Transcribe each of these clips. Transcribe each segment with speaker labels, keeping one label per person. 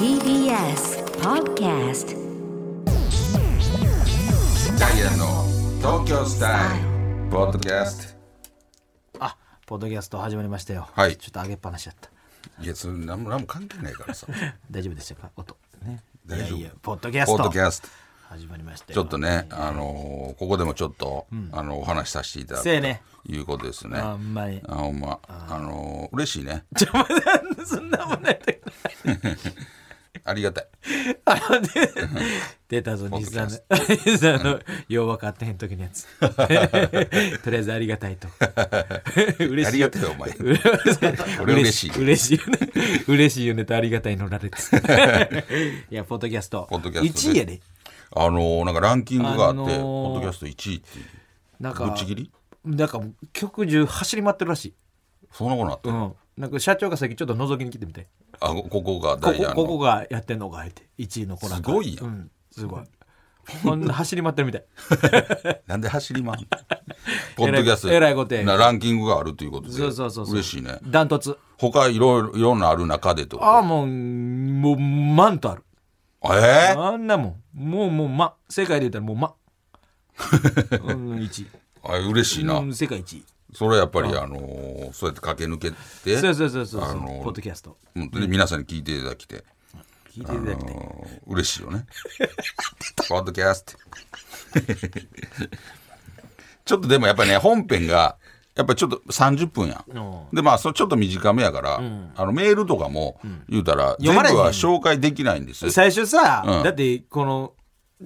Speaker 1: TBS Podcast
Speaker 2: ダイアンの東京スタイルポッドキャス
Speaker 3: あポッドキャスト始まりましたよ、
Speaker 2: はい
Speaker 3: ちょっと上げっぱなしだった
Speaker 2: トいやそれ何も何も関係ない からさ
Speaker 3: 大丈夫でしたか音ね
Speaker 2: 大丈夫
Speaker 3: いやいやポッドキャス
Speaker 2: ポ
Speaker 3: ト
Speaker 2: ッドキャスト
Speaker 3: 始まりましたよ
Speaker 2: ちょっとねあのーここでもちょっと、あのお話しさせていただく
Speaker 3: せやね
Speaker 2: ということですね
Speaker 3: あんまり
Speaker 2: あほんまあのー嬉しいね
Speaker 3: そんなもんないけど
Speaker 2: ありがたい
Speaker 3: あのね出たぞ
Speaker 2: ポッ
Speaker 3: 日
Speaker 2: ドキャ
Speaker 3: 産
Speaker 2: ス
Speaker 3: の日産のよう分かってへん時のやつ とりあえずありがたい と嬉しい
Speaker 2: ありがたいお 前俺嬉しい
Speaker 3: 嬉しいよね嬉しいよねとありがたいのられて いやポッドキャスト
Speaker 2: ポッドキャスト
Speaker 3: 1位やで
Speaker 2: あのーなんかランキングがあって、
Speaker 3: あのー
Speaker 2: ポッドキャスト1位っていう
Speaker 3: なんか
Speaker 2: ぶっちぎり
Speaker 3: なんか曲中走り回ってるらしい
Speaker 2: そんなことなって、
Speaker 3: うん、なんか社長が最近ちょっと覗きに来てみて
Speaker 2: あこここが
Speaker 3: こ
Speaker 2: ダイ
Speaker 3: こ
Speaker 2: ヤの
Speaker 3: ここがやってんのがえて1位の子なんか
Speaker 2: すごいやん
Speaker 3: うん、すごいこんな走り回ってるみたい
Speaker 2: なんで走 りまんのポッドキャスト
Speaker 3: えらいことや
Speaker 2: なランキングがあるということで
Speaker 3: そうそうそうそう
Speaker 2: 嬉しいね
Speaker 3: ダントツ
Speaker 2: 他いろいろいろんなある中でってこと
Speaker 3: ああもうもうマンとある
Speaker 2: えー、
Speaker 3: あんなもんもうもうマン世界で言ったらもうマ ン、うん、1
Speaker 2: あ嬉しい
Speaker 3: 位、
Speaker 2: な、
Speaker 3: うん、世界1位
Speaker 2: それはやっぱりあのーそうやって駆け抜けて
Speaker 3: そうそうそうそう、
Speaker 2: あのー
Speaker 3: ポッドキャスト
Speaker 2: うんで皆さんに聞いていただきて、
Speaker 3: 聞いていただき
Speaker 2: う
Speaker 3: たい
Speaker 2: ん嬉しい よねポッドキャスト ちょっとでもやっぱりね本編がやっぱりちょっと30分やん
Speaker 3: う
Speaker 2: でまあそれちょっと短めやから、あのメールとかも言うたら、全
Speaker 3: 読まれへん
Speaker 2: 部は紹介できないんですよ
Speaker 3: 最初さ、
Speaker 2: うん
Speaker 3: だってこの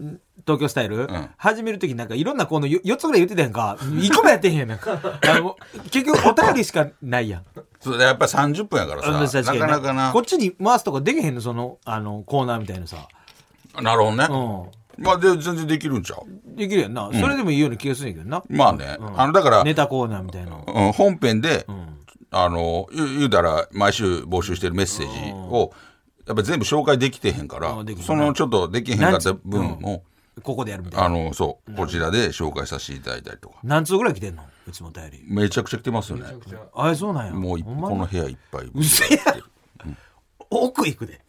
Speaker 3: ん東京スタイル、
Speaker 2: ん
Speaker 3: 始める時なんかいろんなこのよ4つぐらい言ってたやんか1個もやってへんやんな んかあの結局お便りしかないやん
Speaker 2: それやっぱり30分やか
Speaker 3: あの
Speaker 2: らさ
Speaker 3: 確
Speaker 2: な
Speaker 3: に
Speaker 2: かなかな
Speaker 3: こっちに回すとかできへんのそのあのコーナーみたいなさ
Speaker 2: なるほどね、
Speaker 3: う
Speaker 2: まあで全然できるんちゃうん
Speaker 3: できるやんな、それでもいいような気がするんやけどな、
Speaker 2: まあね、あのだから、
Speaker 3: ネタコーナーみたいな
Speaker 2: うん、本編で、あの言う言うたら毎週募集してるメッセージを、やっぱり全部紹介できてへんから、
Speaker 3: うんできて
Speaker 2: そ
Speaker 3: ない
Speaker 2: のちょっとできへんかった分を、
Speaker 3: ここでやるみたいな
Speaker 2: あのそうこちらで紹介させていただいたりとか
Speaker 3: 何通ぐらい来てんのうちのお便り
Speaker 2: めちゃくちゃ来てますよね
Speaker 3: あれそうなんや
Speaker 2: もうい
Speaker 3: ほんま
Speaker 2: こ
Speaker 3: に
Speaker 2: の部屋いっぱいう
Speaker 3: せや奥行 くで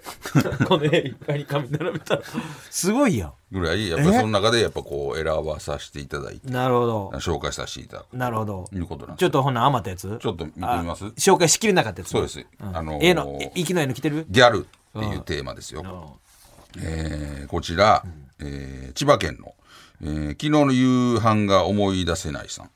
Speaker 3: この部屋いっぱいに紙並べたらすごいやん
Speaker 2: ぐらいやっぱりその中でやっぱこう選ばさせていただいて
Speaker 3: なるほど
Speaker 2: 紹介させていただく
Speaker 3: なるほど
Speaker 2: ということなんです
Speaker 3: ちょっとほんな余ったやつ
Speaker 2: ちょっと見てみます
Speaker 3: あ紹介しきれなかったやつ
Speaker 2: そうです、あの
Speaker 3: ええのえ息の絵の来てる
Speaker 2: ギャルっていうテーマですよ、えーこちら、えー千葉県の、えー昨日の夕飯が思い出せないさん、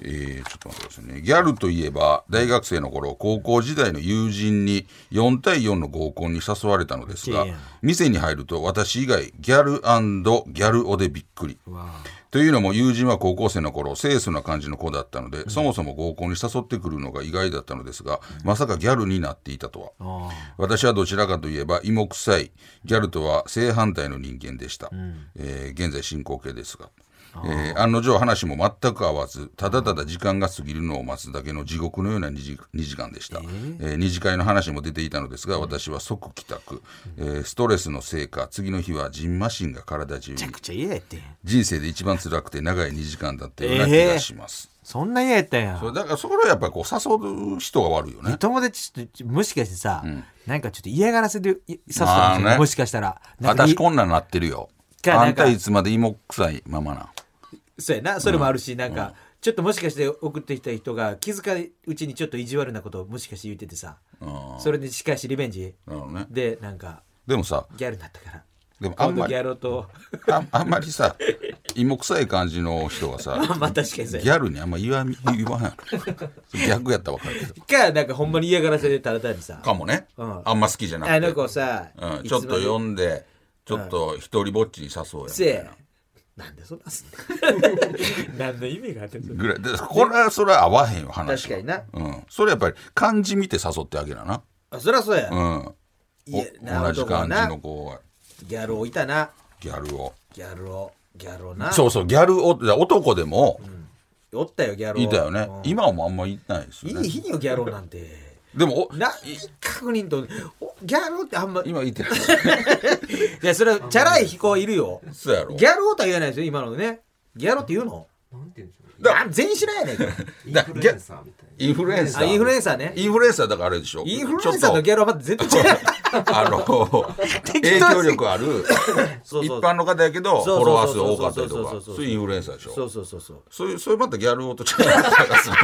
Speaker 2: えーちょっと待ってくださいねギャルといえば大学生の頃高校時代の友人に4対4の合コンに誘われたのですが
Speaker 3: いやいや
Speaker 2: 店に入ると私以外ギャルギャルおでびっくりというのも友人は高校生の頃清楚な感じの子だったので、そもそも合コンに誘ってくるのが意外だったのですが、まさかギャルになっていたとは私はどちらかといえば芋臭いギャルとは正反対の人間でした、えー現在進行形ですが。えー案の定話も全く合わずただただ時間が過ぎるのを待つだけの地獄のような 2, 時二時間でした、えー二次会の話も出ていたのですが私は即帰宅、えーストレスのせいか次の日はジンマシンが体中に
Speaker 3: めちゃくちゃ嫌やってん
Speaker 2: 人生で一番辛くて長い2時間だったような気がします、
Speaker 3: そんな嫌やったんや
Speaker 2: それだからそれはやっぱりこう誘う人が悪いよね
Speaker 3: 友達ちょっともしかしてさ、なんかちょっと嫌がらせでい誘ったの
Speaker 2: まあね
Speaker 3: もしかしたらなんかい
Speaker 2: 私こんなんなってるよ
Speaker 3: かなんか
Speaker 2: あんたいつまで芋臭いままな
Speaker 3: そうやなそれもあるし、なんか、ちょっともしかして送ってきた人が気づかないうちにちょっと意地悪なことをもしかして言っててさそれでしかしリベンジ
Speaker 2: なるほどね
Speaker 3: でなんか
Speaker 2: でもさ
Speaker 3: ギャルになったから
Speaker 2: でもあ
Speaker 3: あ
Speaker 2: ん
Speaker 3: ん
Speaker 2: ま
Speaker 3: まギ
Speaker 2: り
Speaker 3: ャルと
Speaker 2: ああんまりさ芋臭い感じの人がさ
Speaker 3: まあ確かにそう
Speaker 2: ギ
Speaker 3: や
Speaker 2: ャルにあんま言わん言わんやろ逆やったら分かるけど
Speaker 3: かなんかほんまに嫌がらせでただ単にさ
Speaker 2: かもね、
Speaker 3: うん
Speaker 2: あんま好きじゃなくて
Speaker 3: あの子さ
Speaker 2: うん、
Speaker 3: いつ
Speaker 2: ちょ
Speaker 3: ま
Speaker 2: っ
Speaker 3: で
Speaker 2: と読んでちょっと一人ぼっちに誘うやみたい
Speaker 3: せ
Speaker 2: な
Speaker 3: なんでそんなすんの 何の意味があってんの
Speaker 2: ぐらいでこれはそれは合わへんよ話は
Speaker 3: 確かにな
Speaker 2: うん、それやっぱり漢字見て誘ってあげなな
Speaker 3: あそりゃそうや、
Speaker 2: うん
Speaker 3: いや
Speaker 2: 同
Speaker 3: な
Speaker 2: じ感じの
Speaker 3: 男な
Speaker 2: こう
Speaker 3: ギャルをいたな
Speaker 2: ギャルを
Speaker 3: ギャルをギャルをな
Speaker 2: そうそうギャルをだ男でも
Speaker 3: おったよギャルを
Speaker 2: いたよね、
Speaker 3: うん
Speaker 2: 今はもうあんまいないですよ
Speaker 3: いい
Speaker 2: ね
Speaker 3: 日によギャルをなんて
Speaker 2: でもお
Speaker 3: 何確認とおギャルってあんまい
Speaker 2: 今いてない
Speaker 3: やそれはチャラい飛行いるよ
Speaker 2: そうやろ
Speaker 3: ギャルをとは言わないですよ今のねギャルって言うの
Speaker 4: なんて言うんでしょう
Speaker 3: だ全員知らんやな いか
Speaker 4: インフルエンサーみたいな
Speaker 2: インフルエンサ
Speaker 3: あ
Speaker 2: ー
Speaker 3: インフルエンサーね
Speaker 2: インフルエンサーだからあれでしょ
Speaker 3: インフルエンサーとギャルはまた絶対違う
Speaker 2: あ の影響力ある
Speaker 3: そう
Speaker 2: 一
Speaker 3: そう
Speaker 2: 般の方やけどフ
Speaker 3: そうそうそう
Speaker 2: ォロワー数多かったり
Speaker 3: そ
Speaker 2: と
Speaker 3: うそ
Speaker 2: か
Speaker 3: うそうそう
Speaker 2: そういうインフルエンサーでし
Speaker 3: そ
Speaker 2: ょ
Speaker 3: うそうそうそう
Speaker 2: そういうそういうまたギャル男と違うだからその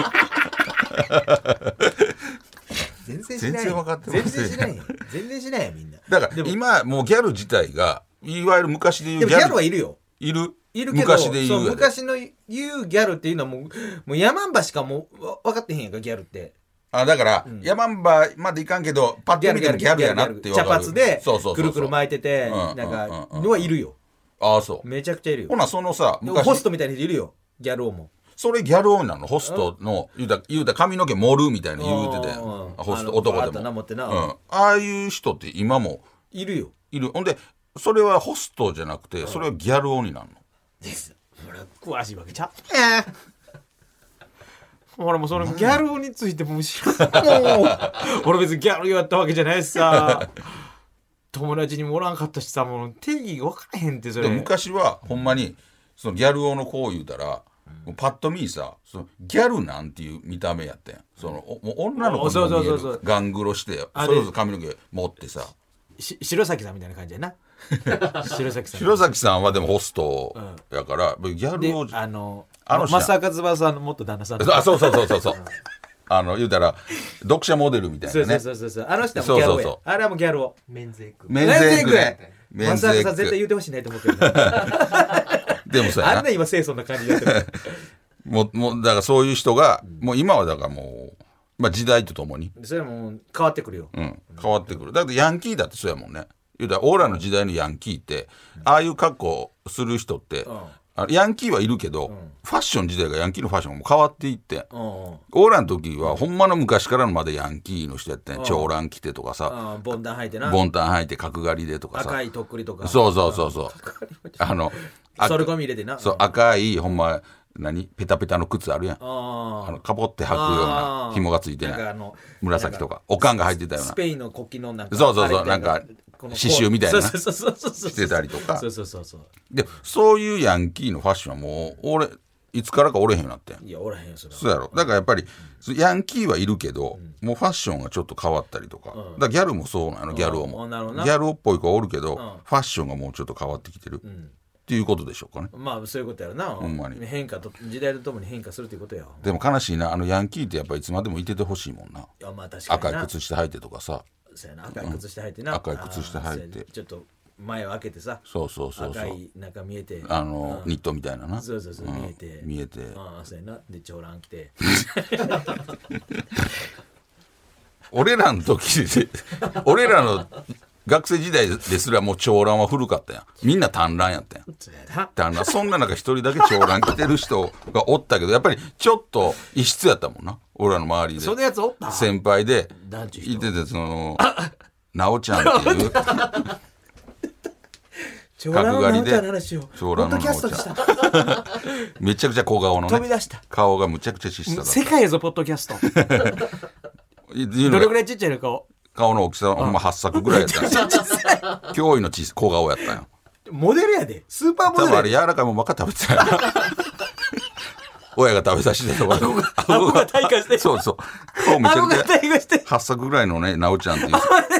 Speaker 3: 全然しない
Speaker 2: 全然分かってません
Speaker 3: 全然しないよ全然しないよみんな
Speaker 2: だから今もうギャル自体がいわゆる昔で言う
Speaker 3: でもギャルはいるよ
Speaker 2: いる
Speaker 3: いるけど
Speaker 2: 昔で言
Speaker 3: そうう
Speaker 2: やで
Speaker 3: 昔の言うギャルっていうのはもうもう山んばしかもうわ分かってへんやんかギャルって
Speaker 2: あだから、ヤマンバまでいかんけどパッ
Speaker 3: ギ
Speaker 2: と
Speaker 3: ャル
Speaker 2: 見
Speaker 3: ギ
Speaker 2: て
Speaker 3: ャ
Speaker 2: も
Speaker 3: ル
Speaker 2: ギャルやなって
Speaker 3: ギャル
Speaker 2: わか
Speaker 3: 茶
Speaker 2: る
Speaker 3: 髪で
Speaker 2: そうそうそうそう
Speaker 3: くるくる巻いてて
Speaker 2: うんうんうんうん
Speaker 3: なんかのはいるよ
Speaker 2: ああそう
Speaker 3: めちゃくちゃいるよ
Speaker 2: ほなそのさ
Speaker 3: でもホス
Speaker 2: 昔
Speaker 3: トみたいな人いるよギャルをも
Speaker 2: それギャル女なのホストの言うた言うた髪の毛盛るみたいな言うてたやん
Speaker 3: うんうん
Speaker 2: ホスト
Speaker 3: あの
Speaker 2: 男
Speaker 3: バーッ
Speaker 2: で
Speaker 3: とな持
Speaker 2: も
Speaker 3: ってな
Speaker 2: うん、ああいう人って今も
Speaker 3: いるよ
Speaker 2: いるほんでそれはホストじゃなくてそれはギャル男になるの
Speaker 3: ですほら詳しいわけちゃうねん俺もうそのギャルについてもう知らんもう俺別にギャルやったわけじゃないしさ友達にもおらんかったしさもう定義が分からへんってそ
Speaker 2: で
Speaker 3: れ
Speaker 2: も昔はほんまにそのギャル男の子を言うたら、もうパッと見さそのギャルなんていう見た目やったやんそのおもう女の子にも見える
Speaker 3: そうそうそうそう
Speaker 2: ガングロして
Speaker 3: あ
Speaker 2: それこそ髪の毛持ってさ
Speaker 3: し白崎さんみたいな感じやな 白崎さん
Speaker 2: 白崎さんはでもホストやから、ギャ
Speaker 3: で
Speaker 2: ルを
Speaker 3: あの
Speaker 2: あの人
Speaker 3: 正和翼さんの元旦那さ ん
Speaker 2: あそうそうそうそうそうあの言うたら読者モデルみたい
Speaker 3: そう
Speaker 2: な
Speaker 3: そ
Speaker 2: ね
Speaker 3: うそうそうそうあの人はもうギャル
Speaker 2: そうそう
Speaker 3: を
Speaker 2: そう
Speaker 3: あれはもうギャルを
Speaker 4: 免税区
Speaker 2: メン
Speaker 3: 何
Speaker 2: ズエ
Speaker 3: 千
Speaker 2: ッ
Speaker 3: い
Speaker 2: グ
Speaker 3: くや
Speaker 2: メンズ
Speaker 3: 正和
Speaker 2: エッ
Speaker 3: さん
Speaker 2: グ
Speaker 3: 絶対言ってほしいないと思う けどな
Speaker 2: でもそう
Speaker 3: あ
Speaker 2: や
Speaker 3: ん
Speaker 2: な
Speaker 3: な今清楚な感じやってる
Speaker 2: もうもうだからそういう人が、もう今はだからもう、まあ、時代とともに、
Speaker 3: それはもう変わってくるよ
Speaker 2: うん、変わってくるだってヤンキーだってそうやもんね言うたらオーラの時代のヤンキーってああいう格好する人って、
Speaker 3: ん
Speaker 2: あヤンキーはいるけど、ファッション自体がヤンキーのファッションも変わっていって、
Speaker 3: うんうん
Speaker 2: オーラの時はほんまの昔からのまだヤンキーの人やったんや長蘭着てとかさ
Speaker 3: あーボンダン履いてな
Speaker 2: ボンタン履いて角刈りでとか
Speaker 3: 赤
Speaker 2: さ
Speaker 3: いとっくりとか
Speaker 2: そうそうそうそうあ のあ
Speaker 3: それ込み入れてな
Speaker 2: そう赤いほんま何ペタペタの靴あるやんあ
Speaker 3: あ
Speaker 2: のかぼって履くような
Speaker 3: あー
Speaker 2: 紐がついて
Speaker 3: なんか
Speaker 2: な
Speaker 3: あ
Speaker 2: い
Speaker 3: の
Speaker 2: 紫とかおかんが履いてたよう
Speaker 3: ス
Speaker 2: な
Speaker 3: ペインの国旗のなんか
Speaker 2: そうそうそう
Speaker 3: あれみたい
Speaker 2: なんか刺繍みたいなな
Speaker 3: そうそうそうそうそう
Speaker 2: してたりとか
Speaker 3: そうそうそうそう
Speaker 2: でそういうヤンキーのファッションはもう俺いつからか折れへんようになってん
Speaker 3: いやおらへんよそれは
Speaker 2: そうやろだからやっぱりそうヤンキーはいるけど、もうファッションがちょっと変わったりとか,、だからギャルもそうなのギャルをも、
Speaker 3: あなるほどな
Speaker 2: ギャルっぽい子はおるけど、ファッションがもうちょっと変わってきてる、っていうことでしょうかね
Speaker 3: まあそういうことやろなほ
Speaker 2: んまに
Speaker 3: 変化と時代とともに変化するということや
Speaker 2: でも悲しいなあのヤンキーってやっぱいつまでもいててほしいもんない
Speaker 3: やまあ確かに
Speaker 2: 赤い
Speaker 3: な
Speaker 2: 靴下履いてとかさ
Speaker 3: そうやな赤い靴下履いてな、
Speaker 2: うん赤い靴下履いて
Speaker 3: あーそうやちょっと前を開けてさ
Speaker 2: そうそうそうそ
Speaker 3: 赤
Speaker 2: う
Speaker 3: いなんか見えて
Speaker 2: あの、ニットみたいなな
Speaker 3: そうそうそう、
Speaker 2: ん
Speaker 3: 見えて
Speaker 2: 見えて
Speaker 3: ああそうやなで長蘭来 て
Speaker 2: 俺らの時で 俺らの学生時代ですらもう長蘭は古かったやんみんな短蘭やったやん
Speaker 3: そうやな
Speaker 2: 旦那そんな中一人だけ長蘭着てる人がおったけどやっぱりちょっと異質やったもんな俺らの周り
Speaker 3: その
Speaker 2: で
Speaker 3: やつおった
Speaker 2: 先輩で
Speaker 3: なんちゅう人
Speaker 2: いててそのなおちゃんって いう
Speaker 3: 長蘭の直ちゃんの
Speaker 2: 角刈りで
Speaker 3: 話を
Speaker 2: 長蘭の
Speaker 3: ポッドキャ
Speaker 2: 直
Speaker 3: ス
Speaker 2: ちゃん
Speaker 3: トにした
Speaker 2: めちゃくちゃ小顔のね
Speaker 3: 飛び出した
Speaker 2: 顔がむちゃくちゃ小さかった
Speaker 3: 世界やぞポッドキャスト
Speaker 2: いう
Speaker 3: ど
Speaker 2: の
Speaker 3: れ
Speaker 2: が
Speaker 3: ぐらいちっちゃいのかを
Speaker 2: 顔の大きさはほんま8作ぐらいやったんや驚異の小さ小顔やったんよ
Speaker 3: モデルやでスーパーモ
Speaker 2: 多
Speaker 3: デル
Speaker 2: 分
Speaker 3: や
Speaker 2: あ
Speaker 3: で
Speaker 2: れ柔らかいもんばっか食べ てたよ親が食べさせてとか
Speaker 3: 顎が退化して
Speaker 2: そうそう顔めちゃ
Speaker 3: 顎
Speaker 2: くち
Speaker 3: が
Speaker 2: ゃ
Speaker 3: 対応して
Speaker 2: 8作ぐらいのね、なおちゃんってい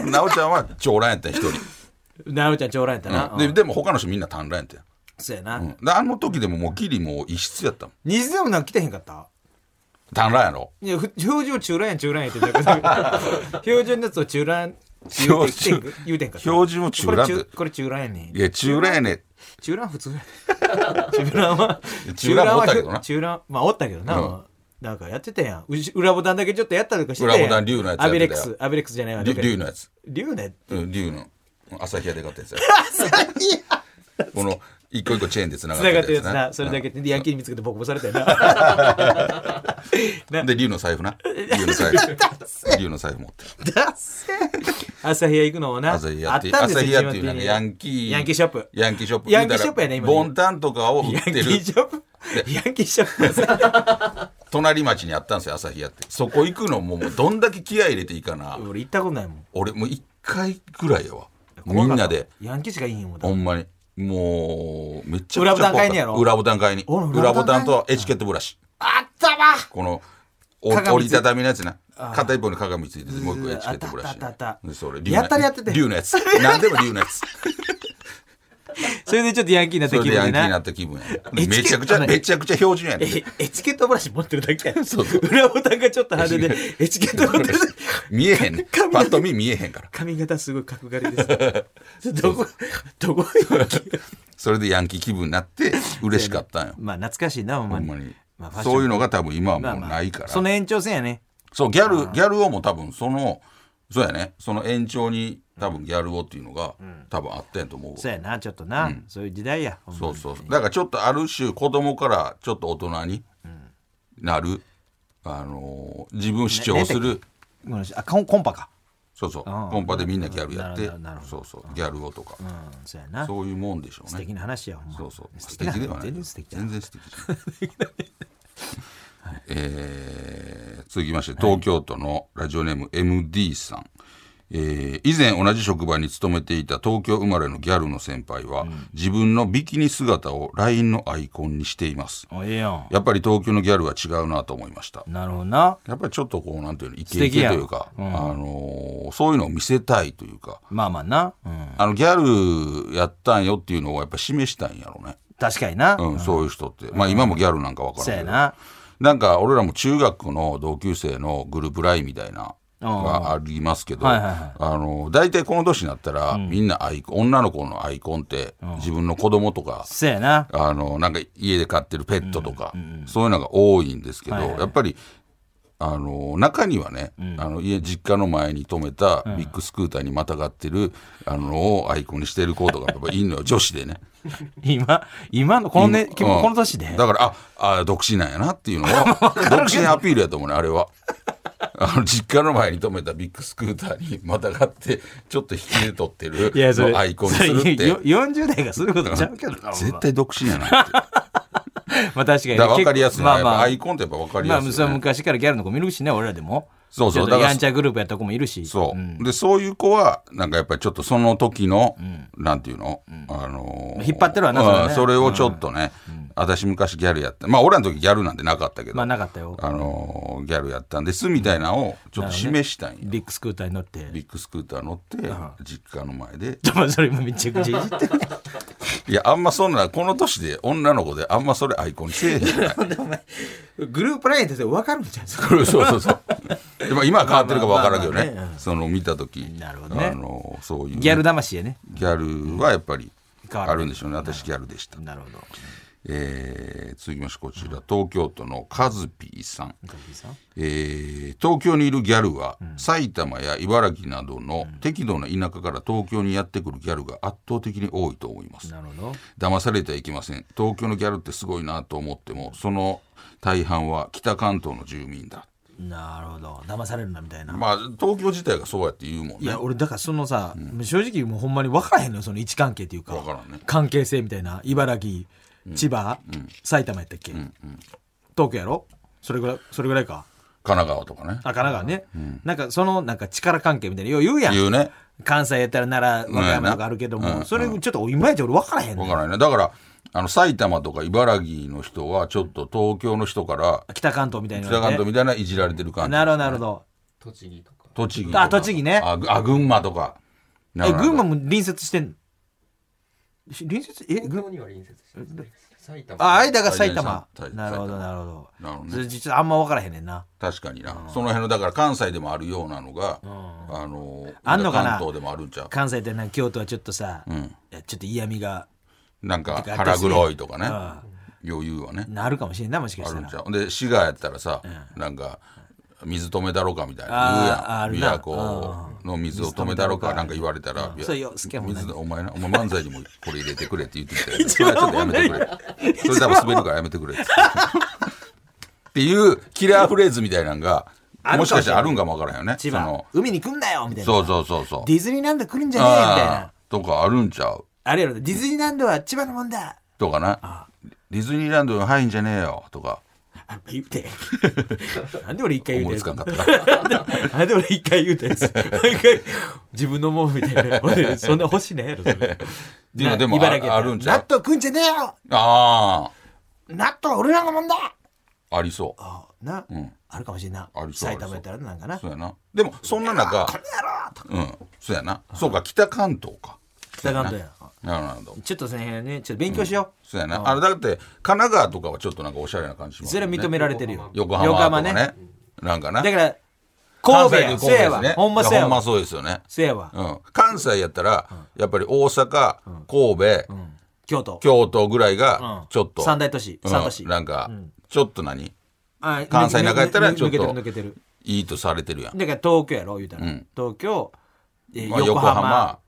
Speaker 2: う。なおちゃんは長蘭やったん一人、
Speaker 3: なおちゃん長蘭やったな、
Speaker 2: うんで。でも他の人みんな短蘭やったよ
Speaker 3: そうやな、
Speaker 2: うんであの時でももうギリもう異質やったもん。
Speaker 3: 西でもなんか来てへんかった
Speaker 2: 短蘭やろ。
Speaker 3: いやふ表情中蘭や中蘭やって言ってたけど標準のやつを中蘭言うて来てんか言うてんかった
Speaker 2: 標準を中蘭
Speaker 3: こ
Speaker 2: っ
Speaker 3: れ
Speaker 2: て
Speaker 3: 中。これ中蘭やねん
Speaker 2: いや、中蘭やね。
Speaker 3: 中蘭普通やね中蘭は
Speaker 2: 中蘭もおったけどな
Speaker 3: 中蘭は中蘭まあおったけどな、
Speaker 2: うん
Speaker 3: なんかやってたやんうし裏ボタンだけちょっとやったりとかしてた
Speaker 2: 裏
Speaker 3: やん
Speaker 2: ボタン竜のやつやってたよ
Speaker 3: アベレックスアベレックスじゃないわ
Speaker 2: りゅ竜のやつ。
Speaker 3: 竜のやつ
Speaker 2: う ん、竜の。朝日屋で買ったやつや。この一個一個チェーンでつながっ
Speaker 3: 繋
Speaker 2: て
Speaker 3: がっ
Speaker 2: る
Speaker 3: てる
Speaker 2: や
Speaker 3: や
Speaker 2: つ
Speaker 3: つ
Speaker 2: な
Speaker 3: な、それだけで、ヤンキーに見つけて僕もされ たよな。
Speaker 2: うんで竜の財布 な竜の財布竜の財布持ってる
Speaker 3: ダッセ朝日屋行くのもな。
Speaker 2: 朝日屋っていう
Speaker 3: あたんです
Speaker 2: 朝
Speaker 3: よ
Speaker 2: 日屋っていうなんか
Speaker 3: 地元に
Speaker 2: ヤンキー
Speaker 3: ヤンキーショップ。
Speaker 2: ヤンキーショップ
Speaker 3: ヤンキーショップやね今
Speaker 2: ボンタンとかを売
Speaker 3: ヤ
Speaker 2: っ
Speaker 3: ンキ
Speaker 2: て
Speaker 3: ー
Speaker 2: る
Speaker 3: ショップヤンキーショップさ。
Speaker 2: 隣町にあったんですよ朝日屋ってそこ行くのももうどんだけ気合い入れていいかな
Speaker 3: 俺行ったことないもん。
Speaker 2: 俺もう一回ぐらいやわ み
Speaker 3: 怖か
Speaker 2: ん
Speaker 3: った
Speaker 2: なで。
Speaker 3: ヤンキーしかいいんもんだ
Speaker 2: ほ。んまにもうめっちゃ
Speaker 3: 裏ボタン買いにやろ
Speaker 2: 裏ボタン買いに
Speaker 3: おら
Speaker 2: 裏
Speaker 3: 裏
Speaker 2: ボ
Speaker 3: ボ
Speaker 2: タ
Speaker 3: タ
Speaker 2: ン
Speaker 3: ン
Speaker 2: とエチケットブラシ
Speaker 3: あったわ
Speaker 2: このお
Speaker 3: 鏡つい
Speaker 2: 折りたたみのやつな片一方に鏡ついててもう一個エチケットブラシ
Speaker 3: あったあったあった
Speaker 2: でそれ
Speaker 3: やったりやってて
Speaker 2: 竜のや つ何でも竜のやつ
Speaker 3: それでちょっとヤンキーになっ
Speaker 2: そ
Speaker 3: て
Speaker 2: れ
Speaker 3: 気
Speaker 2: でヤンキーに
Speaker 3: 分で
Speaker 2: な
Speaker 3: な
Speaker 2: っ。た気分や
Speaker 3: エチ
Speaker 2: めち
Speaker 3: ケット
Speaker 2: ゃくちゃ
Speaker 3: の
Speaker 2: めちゃくちゃ標準やね
Speaker 3: えエチケットブラシ持ってるだけ やん
Speaker 2: そうそう
Speaker 3: 裏ボタンがちょっと派手で、エチケット持ってる。
Speaker 2: 見えへんね
Speaker 3: 鏡
Speaker 2: パッと見見えへんから
Speaker 3: 髪型すごい角刈 りです。どこ、どこ
Speaker 2: それでヤンキー気分になって嬉しかったんよ
Speaker 3: まあ懐かしいな、ほん
Speaker 2: ほ
Speaker 3: ま
Speaker 2: ん
Speaker 3: に
Speaker 2: まに。
Speaker 3: まあファッション
Speaker 2: そういうのが多分今は
Speaker 3: まあ
Speaker 2: もう
Speaker 3: まあ
Speaker 2: ないから
Speaker 3: その延長戦やね。
Speaker 2: そうギャルギャルをも多分そのそうやねその延長に多分ギャルをっていうのが多分あったんやと思うわ
Speaker 3: そうやな、ちょっとな。そういう時代や。ほんま
Speaker 2: そ
Speaker 3: に
Speaker 2: うそうだからちょっとある種子供からちょっと大人になる、あのー自分を主張する、
Speaker 3: ごめんなさいあ、コンコンパか。
Speaker 2: そうそう
Speaker 3: うん
Speaker 2: コンパでみんなギャルやって
Speaker 3: なるほどなるほ
Speaker 2: そ
Speaker 3: ど
Speaker 2: うそうギャルをとか、
Speaker 3: うん、そうやな。素
Speaker 2: そういうもんでしょうね
Speaker 3: 敵な話や、ほんま。
Speaker 2: そうそう素
Speaker 3: 素
Speaker 2: 敵
Speaker 3: 敵
Speaker 2: で
Speaker 3: で
Speaker 2: は
Speaker 3: は
Speaker 2: な
Speaker 3: ないい。全然素敵じゃ
Speaker 2: 全
Speaker 3: ん
Speaker 2: 然素敵じゃない えー続きまして東京都のラジオネーム MD さん、えー以前同じ職場に勤めていた東京生まれのギャルの先輩は、自分のビキニ姿を LINE のアイコンにしています
Speaker 3: あ、ええやん。
Speaker 2: やっぱり東京のギャルは違うなと思いました
Speaker 3: なるほどな。
Speaker 2: やっぱりちょっとこうなんていうのイ
Speaker 3: 素
Speaker 2: ケイ
Speaker 3: 敵
Speaker 2: ケ
Speaker 3: や
Speaker 2: というか、あのーそういうのを見せたいというか
Speaker 3: まあまあな。うん。
Speaker 2: あのギャルやったんよっていうのをやっぱ示したいんやろうね
Speaker 3: 確かにな。
Speaker 2: うん、そういう人って、まあ今もギャルなんかわから
Speaker 3: そ
Speaker 2: な
Speaker 3: う
Speaker 2: いけ
Speaker 3: や
Speaker 2: ど
Speaker 3: な。
Speaker 2: なんか俺らも中学の同級生のグループラインみたいな
Speaker 3: あー
Speaker 2: がありますけど、
Speaker 3: はいはいはい
Speaker 2: あの大体この年になったら、みんなアイコン女の子のアイコンって、自分の子供とか
Speaker 3: そうやな。
Speaker 2: あのなんか家で飼ってるペットとか、そういうのが多いんですけど、
Speaker 3: はいはい
Speaker 2: やっぱりあの中にはね、あの家実家の前に止めたビッグスクーターにまたがってる、あのをアイコンにしてる子とかやっぱいいのよ 女子でね。
Speaker 3: 今、今の、このね、君
Speaker 2: うん
Speaker 3: この年で。
Speaker 2: だからああ独身なんやなっていう のを独身アピールやと思うねあれはあの実家の前に止めたビッグスクーターにまたがってちょっと引きで取ってる
Speaker 3: いや、それ。
Speaker 2: のアイコンにするっ
Speaker 3: それよ
Speaker 2: て
Speaker 3: 40代がすることちゃうけどな。ほんま
Speaker 2: 絶対独身やなっ てだか
Speaker 3: まあ確かに。
Speaker 2: ら分かりやすいな、
Speaker 3: まあま
Speaker 2: やっぱ
Speaker 3: あ
Speaker 2: アイ。コンってやっぱ分かり
Speaker 3: ま
Speaker 2: や
Speaker 3: あ、
Speaker 2: すい、ね
Speaker 3: それは昔からギャルの子見るしね、俺らでも。
Speaker 2: そうそう
Speaker 3: ちょっと
Speaker 2: だから
Speaker 3: やんちゃグループやった子もいるし。
Speaker 2: そう、
Speaker 3: ん
Speaker 2: でそういう子はなんかやっぱりちょっとその時の、なんていうの、あのー
Speaker 3: 引っ張ってるわなそれね
Speaker 2: うんそれをちょっとね、私昔ギャルやってまあ俺らの時ギャルなんてなかったけど、
Speaker 3: まあなかったよ。
Speaker 2: あのーギャルやったんですみたいなのをちょっと示したいんよ
Speaker 3: ビッグスクーターに乗って。
Speaker 2: ビッグスクーター乗って実家の前で
Speaker 3: ちょまあそれもめちゃくちゃいじってるやん
Speaker 2: いやあんまそんなこの年で女の子であんまそれアイコンにせえへんじゃない
Speaker 3: グループラインって分かるんじゃないですか。
Speaker 2: これそうそうそうでも今は変わってるか分からんけどね、
Speaker 3: まあまあまあまあね
Speaker 2: その見た時
Speaker 3: なるほどね
Speaker 2: あのーそういう
Speaker 3: ギャル魂やね。
Speaker 2: ギャルはやっぱり
Speaker 3: 変わらな
Speaker 2: あ
Speaker 3: い
Speaker 2: るんでしょうね私ギャルでした、
Speaker 3: なるほど。
Speaker 2: えー続きましてこちら東京都のカズピーさん
Speaker 3: 高木さん
Speaker 2: えー東京にいるギャルは、埼玉や茨城などの適度な田舎から東京にやってくるギャルが圧倒的に多いと思います
Speaker 3: なるほど。
Speaker 2: 騙されてはいけません東京のギャルってすごいなと思ってもその大半は北関東の住民だ
Speaker 3: なるほど。騙されるなみたいな。
Speaker 2: まあ東京自体がそうやって言うもん
Speaker 3: い
Speaker 2: ね
Speaker 3: や、俺、だからそのさ、正直もうほんまに分からへんのよ、その位置関係っていうか。
Speaker 2: 分からんね
Speaker 3: 関係性みたいな。茨城、千葉、埼玉やったっけ、東京やろそれぐらい、それぐらいか。
Speaker 2: 神奈川とかね
Speaker 3: あ、神奈川ね。なんかその、なんか力関係みたいな。よう言うやん。
Speaker 2: 言うね
Speaker 3: 関西やったら奈良、和歌山とかあるけども、それちょっといまいち俺分からへんの
Speaker 2: 分
Speaker 3: よ
Speaker 2: からんねだからあの埼玉とか茨城の人はちょっと東京の人から
Speaker 3: 北関東みたいなのね、
Speaker 2: 北関東みたいないじられてる感じ
Speaker 3: なるほど、なるほど。
Speaker 4: 栃木とか。
Speaker 2: 栃木とか
Speaker 3: あ栃木ね
Speaker 2: あぐあ群馬とかな
Speaker 3: え、
Speaker 2: るほど
Speaker 3: 群馬も隣接してんのし隣接え、群
Speaker 4: 群
Speaker 3: 馬
Speaker 4: 馬には隣接してますね埼玉。
Speaker 3: あ、間が埼玉
Speaker 2: 埼。玉
Speaker 3: なるほど、なるほど。
Speaker 2: なるほどね
Speaker 3: それ実はあんま分からへんねんな。
Speaker 2: 確かにな、その辺のだから関西でもあるようなのが、あの
Speaker 3: あんのかな
Speaker 2: 関東でもあるんちゃう
Speaker 3: 関西ってなんか京都はちょっとさ、いやちょっと嫌味が
Speaker 2: なんか
Speaker 3: てか
Speaker 2: 腹黒いとかね余裕はね
Speaker 3: なるかもしれんな、もしか
Speaker 2: あ
Speaker 3: し
Speaker 2: る
Speaker 3: た
Speaker 2: ん
Speaker 3: ら
Speaker 2: ち。ゃうで滋賀やったらさ、なんか水止めだろかみたい
Speaker 3: あーあ
Speaker 2: な
Speaker 3: る
Speaker 2: 言う
Speaker 3: な
Speaker 2: やん琵琶湖の水を止めだろかなんか言われたら
Speaker 3: それよ好きやもんね
Speaker 2: 水お前なお前漫才にもこれ入れてくれって言ってきたよ
Speaker 3: 一番
Speaker 2: お前ちょっとやめてくれそれ多分滑るからやめてく れっつってっていうキラーフレーズみたいなのが
Speaker 3: あ
Speaker 2: も
Speaker 3: るかも
Speaker 2: し
Speaker 3: しれん
Speaker 2: かしたらあるんかもわからんよね
Speaker 3: 千
Speaker 2: そ
Speaker 3: 葉
Speaker 2: の
Speaker 3: 海に来んなよみたいな
Speaker 2: そうそうそうそう
Speaker 3: ディズニーランド来るんじゃねえみたい
Speaker 2: あ
Speaker 3: な
Speaker 2: ーとかあるんちゃう
Speaker 3: あれやろディズニーランドは千葉のもんだ
Speaker 2: とかなディズニーランドに入んじゃねえよとか
Speaker 3: あ言 うてなんで俺一回言
Speaker 2: 思い
Speaker 3: うて
Speaker 2: つかんか
Speaker 3: な
Speaker 2: ったから
Speaker 3: んで俺一回言うたやつ毎回自分のもんみた いな俺そんな欲しいねやろそれ
Speaker 2: いうのでもあ
Speaker 3: 茨城やったら
Speaker 2: あるんちゃう
Speaker 3: 納豆食うんじゃねえよ
Speaker 2: あ
Speaker 3: 納豆は俺らのもんだ
Speaker 2: あありそう
Speaker 3: あな、
Speaker 2: ん
Speaker 3: あるかもしれんな
Speaker 2: ありそう
Speaker 3: 埼玉やったらなんかな
Speaker 2: そうやなでもそんな中うんそうやなそうか北関東か
Speaker 3: 北関東
Speaker 2: なる
Speaker 3: や
Speaker 2: ほどなるほど
Speaker 3: ちょっとその辺ねちょっと勉強しよう、
Speaker 2: そうやなあれだって神奈川とかはちょっとなんかおしゃれな感じします
Speaker 3: それ
Speaker 2: も
Speaker 3: は
Speaker 2: んね
Speaker 3: 認められてるよ
Speaker 2: 横浜とかね
Speaker 3: 横浜
Speaker 2: なんかな
Speaker 3: だから神戸や
Speaker 2: 関西で神
Speaker 3: せ
Speaker 2: 戸
Speaker 3: や
Speaker 2: です
Speaker 3: わ、
Speaker 2: ね
Speaker 3: ほんま
Speaker 2: いや
Speaker 3: せや
Speaker 2: ほん
Speaker 3: わ
Speaker 2: まそうですよね
Speaker 3: せやわ、
Speaker 2: うん関西やったらやっぱり大阪神戸
Speaker 3: 京都
Speaker 2: 京都ぐらいうが
Speaker 3: ん
Speaker 2: ちょっと
Speaker 3: 三大都市
Speaker 2: うん
Speaker 3: 三都市
Speaker 2: なんかちょっと何
Speaker 3: あ
Speaker 2: 関西の中やったら
Speaker 3: 抜
Speaker 2: ちょっと
Speaker 3: 抜抜けてる抜けてる
Speaker 2: いいとされてるやん
Speaker 3: だから東京やろ言うたら、
Speaker 2: うん
Speaker 3: 東京、えー
Speaker 2: まあ
Speaker 3: 横浜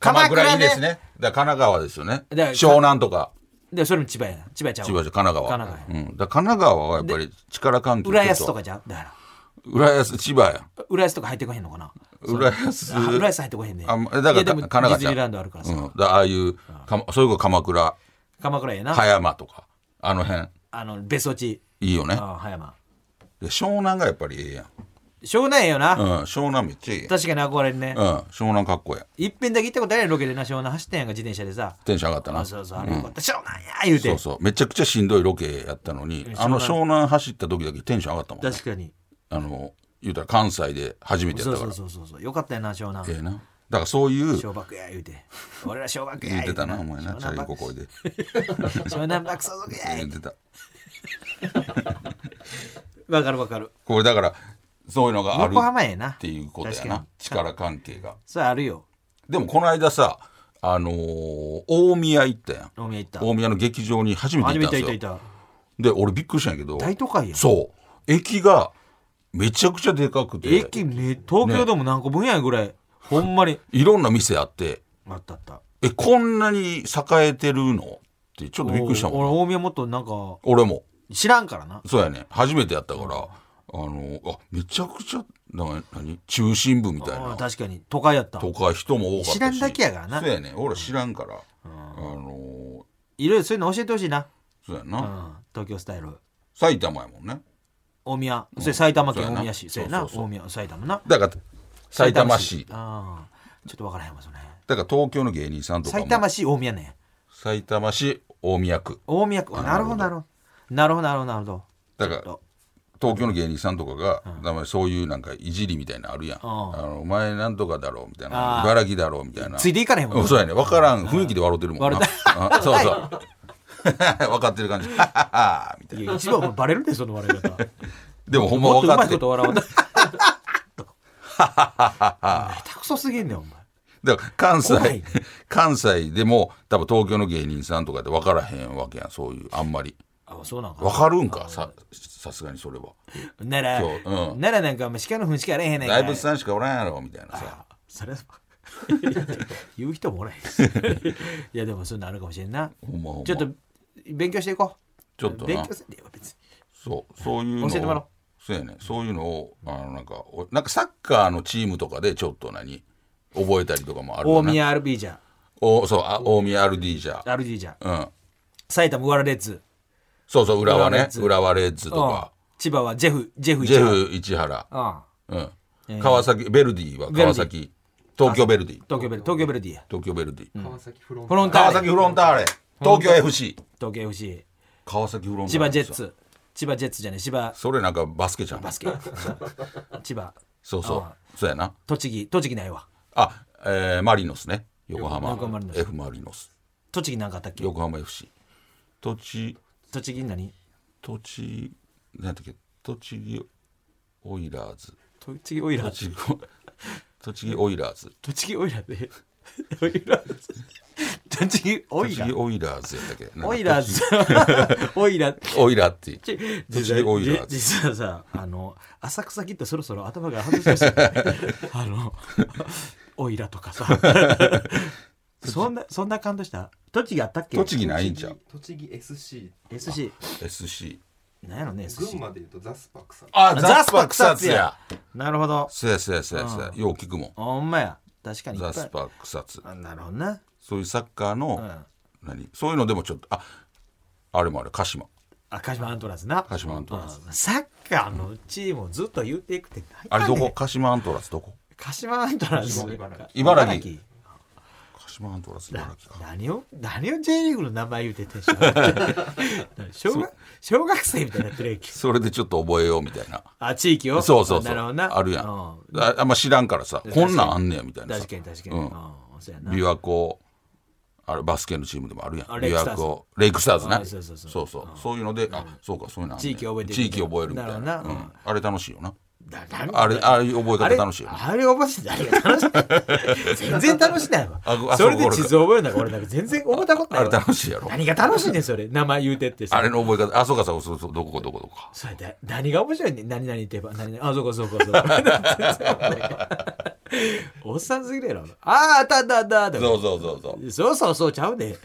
Speaker 2: 鎌倉いいです
Speaker 3: 鎌
Speaker 2: ねだから神奈川ですよね
Speaker 3: だから
Speaker 2: 湘南とか
Speaker 3: でそれも千葉やな千葉ちゃう
Speaker 2: 千葉じゃ神奈川
Speaker 3: 神奈川
Speaker 2: うん、だから神奈川はやっぱり力関係
Speaker 3: 浦安とか
Speaker 2: ち
Speaker 3: じゃうだか
Speaker 2: ょっと浦安千葉やん
Speaker 3: ら浦安とか入ってこへんのかな
Speaker 2: 浦安
Speaker 3: あ浦安入ってこへんね
Speaker 2: あんまだ
Speaker 3: い
Speaker 2: か
Speaker 3: や
Speaker 2: ら
Speaker 3: で
Speaker 2: 神
Speaker 3: も
Speaker 2: 奈川
Speaker 3: ディ
Speaker 2: ちゃ
Speaker 3: ズニ
Speaker 2: う
Speaker 3: ーランドあるからさ、
Speaker 2: うん、だからああいうかまそれこそ鎌倉
Speaker 3: 鎌倉やな
Speaker 2: 葉山とかあの辺
Speaker 3: あの別荘地
Speaker 2: いいよね
Speaker 3: あ葉山
Speaker 2: で湘南がやっぱりええやん、
Speaker 3: 湘南やよな、
Speaker 2: うん、湘南めっちゃいいや
Speaker 3: 確かに憧れるね、
Speaker 2: ん、うん、湘南かっこええ
Speaker 3: 一遍だけ行ったことあるやんロケでな湘南走ってんやんか自転車でさ
Speaker 2: テンション上がったな
Speaker 3: あそうそうあれよかった、湘南や言うて
Speaker 2: そうそうめちゃくちゃしんどいロケやったのにあの湘南走った時だけテンション上がったもん、ね、
Speaker 3: 確かに
Speaker 2: あの言うたら関西で初めてやっ
Speaker 3: そう
Speaker 2: たか
Speaker 3: そ
Speaker 2: ら
Speaker 3: うそうそうそうよかったよな湘南
Speaker 2: ええなだからそういう
Speaker 3: 小爆や言うて俺ら小爆や
Speaker 2: 言ってたな
Speaker 3: う
Speaker 2: お前なチャリコ声で
Speaker 3: 湘南爆走族や
Speaker 2: 言ってた
Speaker 3: わかるわかる
Speaker 2: これだからそういうのがある
Speaker 3: 横浜やな
Speaker 2: っていうことや
Speaker 3: 確かに
Speaker 2: な力関係が
Speaker 3: そうあるよ
Speaker 2: でもこの間さあのー大宮行ったやん
Speaker 3: 大宮行った
Speaker 2: 大宮の劇場に初めて
Speaker 3: 初
Speaker 2: 行
Speaker 3: め
Speaker 2: った
Speaker 3: て
Speaker 2: んで
Speaker 3: いたい
Speaker 2: すよ
Speaker 3: た
Speaker 2: で俺びっくりしたんやけど
Speaker 3: 大都会やん
Speaker 2: そう駅がめちゃくちゃでかくて
Speaker 3: 駅ね東京でも何個分やんぐらい、ほんまに
Speaker 2: いろんな店あって
Speaker 3: あったあった
Speaker 2: えこんなに栄えてるのってちょっとびっくりしたもん
Speaker 3: 俺大宮もっとなんか
Speaker 2: 俺も
Speaker 3: 知らんからな
Speaker 2: そうやね初めてやったからあのあめちゃくちゃな何中心部みたい
Speaker 3: うん
Speaker 2: な
Speaker 3: 確かに都会やった
Speaker 2: とか人も多かったし
Speaker 3: 知らんだけやからな
Speaker 2: そうやね俺知らんから、あの
Speaker 3: いろいろそういうの教えてほしいな、
Speaker 2: そうや
Speaker 3: う
Speaker 2: な、
Speaker 3: ん、東京スタイル
Speaker 2: 埼玉やもんね
Speaker 3: 大宮それ埼玉県大宮市
Speaker 2: そ
Speaker 3: そうう
Speaker 2: や
Speaker 3: や
Speaker 2: な
Speaker 3: な大宮埼玉な
Speaker 2: だから埼玉市
Speaker 3: ああちょっとわからへんわそれ
Speaker 2: だから東京の芸人さんとかも
Speaker 3: 埼玉市大宮ね
Speaker 2: 埼玉市大宮区
Speaker 3: 大宮区あなるほどなるほどなるほどなるほどなるほど
Speaker 2: だから東京の芸人さんとかが、名前そういうなんかいじりみたいなのあるやん、あのお前なんとかだろうみたいな
Speaker 3: あー
Speaker 2: 茨城だろうみたいな
Speaker 3: ついていかれへんもん
Speaker 2: そうやね分からん雰囲気で笑ってるもんな
Speaker 3: 笑
Speaker 2: あそうそう分かってる感じ みたいない
Speaker 3: や一番お前バレるでその 笑い方
Speaker 2: でもほんま
Speaker 3: もっと
Speaker 2: 分か
Speaker 3: うま
Speaker 2: っ
Speaker 3: い
Speaker 2: て
Speaker 3: こ
Speaker 2: る
Speaker 3: と笑おうと下手くそすぎんねんお前
Speaker 2: だから関
Speaker 3: 怖
Speaker 2: 西
Speaker 3: い
Speaker 2: 関西でも多分東京の芸人さんとかで分からへんわけやんそういうあんまり
Speaker 3: あそうなんか
Speaker 2: 分かるんかささすがにそれは
Speaker 3: 奈良
Speaker 2: そううん
Speaker 3: 奈良なんかお前鹿の糞しかあれへんねん
Speaker 2: 大仏さんしかおらんやろみたいなさ
Speaker 3: あ それは言う人もおらへんしいやでもそういうのあるかもしれんな
Speaker 2: ほんまほんま
Speaker 3: ちょっと勉強していこう
Speaker 2: ちょっと
Speaker 3: 勉
Speaker 2: な
Speaker 3: 強せんでええわ別に
Speaker 2: そうそういうのを
Speaker 3: 教えてもらおう
Speaker 2: そうやねそういうのをあのなんかおなんかサッカーのチームとかでちょっと何覚えたりとかもあるよ
Speaker 3: 大
Speaker 2: な
Speaker 3: 宮アルビージャ
Speaker 2: おそうあ大宮アルディージャ
Speaker 3: アルビージャ
Speaker 2: うん
Speaker 3: 埼玉浦和レッズ
Speaker 2: そうそう浦和
Speaker 3: 浦和レ
Speaker 2: ね
Speaker 3: ッズ
Speaker 2: 浦和レッズと
Speaker 3: うん
Speaker 2: か
Speaker 3: 千葉はジェフジェフ
Speaker 2: ジ
Speaker 3: 市原
Speaker 2: ェフ市原
Speaker 3: うん
Speaker 2: うん
Speaker 3: えー
Speaker 2: 川崎ベルディは川崎東京ベルディ
Speaker 3: 東京ベル東京ベルディや
Speaker 2: 東京ベルディ
Speaker 4: 川崎フロン
Speaker 3: フロンタ
Speaker 2: 川
Speaker 3: ー
Speaker 2: 崎
Speaker 3: レ
Speaker 2: フロンターレ東京 FC
Speaker 3: 東京 FC
Speaker 2: 川崎フロンターレ
Speaker 3: 千葉ジェッツ千葉ジェッツじゃねえ千葉
Speaker 2: それなんかバスケじゃん
Speaker 3: バスケそう千葉
Speaker 2: そうそう
Speaker 3: あ
Speaker 2: そうやな
Speaker 3: 栃木栃木ないわ
Speaker 2: あえーマリノスね横浜
Speaker 3: 横浜マリノス
Speaker 2: F マリノス
Speaker 3: 栃木なんかあったっけ
Speaker 2: 横浜 FC 土地
Speaker 3: 栃木何
Speaker 2: 土地なんだっけ栃木オイラーズ
Speaker 3: 栃木オイラーズ
Speaker 2: 栃木栃木オイラーズ
Speaker 3: 栃木オイラーでオイラーズ栃木オイ
Speaker 2: 栃
Speaker 3: ラ
Speaker 2: 木オイラーズやったっけ
Speaker 3: オ イラーズオイラ
Speaker 2: なんか栃木オイラーって
Speaker 3: ち
Speaker 2: 栃木オイラーズ
Speaker 3: 実はさあの浅草キッドそろそろ頭が外してほしい あのオイラとかさそんなそんな感動した栃木あったっけ
Speaker 2: 栃木ないんちゃう
Speaker 4: 栃木 SC
Speaker 3: SC
Speaker 2: SC
Speaker 3: なんやろね SC
Speaker 4: 群馬で言うとザスパクさん
Speaker 2: あ
Speaker 3: ザスパ草津やなるほど
Speaker 2: そうやそうやそうやそうやよう聞くもん
Speaker 3: ほんまや確かにいっぱ
Speaker 2: ザ
Speaker 3: い
Speaker 2: スパ草津
Speaker 3: あなるほどな
Speaker 2: そういうサッカー
Speaker 3: う
Speaker 2: の
Speaker 3: ん
Speaker 2: 何そういうのでもちょっとああれもある鹿島
Speaker 3: あ鹿島アントラーズな
Speaker 2: 鹿島アントラーズ
Speaker 3: うんサッカーのチームをずっと言うていくって
Speaker 2: あれど
Speaker 3: 何や
Speaker 2: こ
Speaker 3: ねん
Speaker 2: 鹿島アントラーズどこ
Speaker 3: 鹿島アントラーズ
Speaker 4: 茨城
Speaker 2: 茨城鹿島アントラーズ茨城か
Speaker 3: 何を何を J リーグの名前言うててんしょ 小学小学生みたいになってるやんけ
Speaker 2: それでちょっと覚えようみたいな
Speaker 3: あ地域を
Speaker 2: そうそうそ
Speaker 3: なるほど
Speaker 2: う
Speaker 3: な
Speaker 2: あるやん
Speaker 3: う
Speaker 2: ああんま知らんからさこんなんあんねやみたいなさ
Speaker 3: 確かに確かに、
Speaker 2: う
Speaker 3: うんん、そうやな
Speaker 2: 琵琶湖あれバスケのチームでもあるやん
Speaker 3: あ
Speaker 2: 琵琶湖レイクスターズね
Speaker 3: あそうそうそう
Speaker 2: そうそうそういうのであそうかそういうのあんね
Speaker 3: 地域覚えてる
Speaker 2: 地域覚えるみたいな
Speaker 3: なるほど
Speaker 2: う
Speaker 3: なん
Speaker 2: あれ楽しいよな
Speaker 3: だ何
Speaker 2: あれあれ覚え方楽しいよな
Speaker 3: あれ覚えてないよ楽しい全然楽しないわ
Speaker 2: あごあ
Speaker 3: それで
Speaker 2: そう
Speaker 3: 地図覚えるなんか俺なんか全然覚えたことな
Speaker 2: あ
Speaker 3: い
Speaker 2: れ
Speaker 3: わ
Speaker 2: 楽しいやろ
Speaker 3: 何が楽しいねんそれ名前言うてってさ
Speaker 2: あれの覚え方あそうかそうかそうそうどこどこどこか
Speaker 3: それで何が面白いねん何々って言えば何々あそうかそうかそう かおっさんすぎるやろあああったあったあったあった
Speaker 2: そうそうそうそう
Speaker 3: そうそうそうちゃうで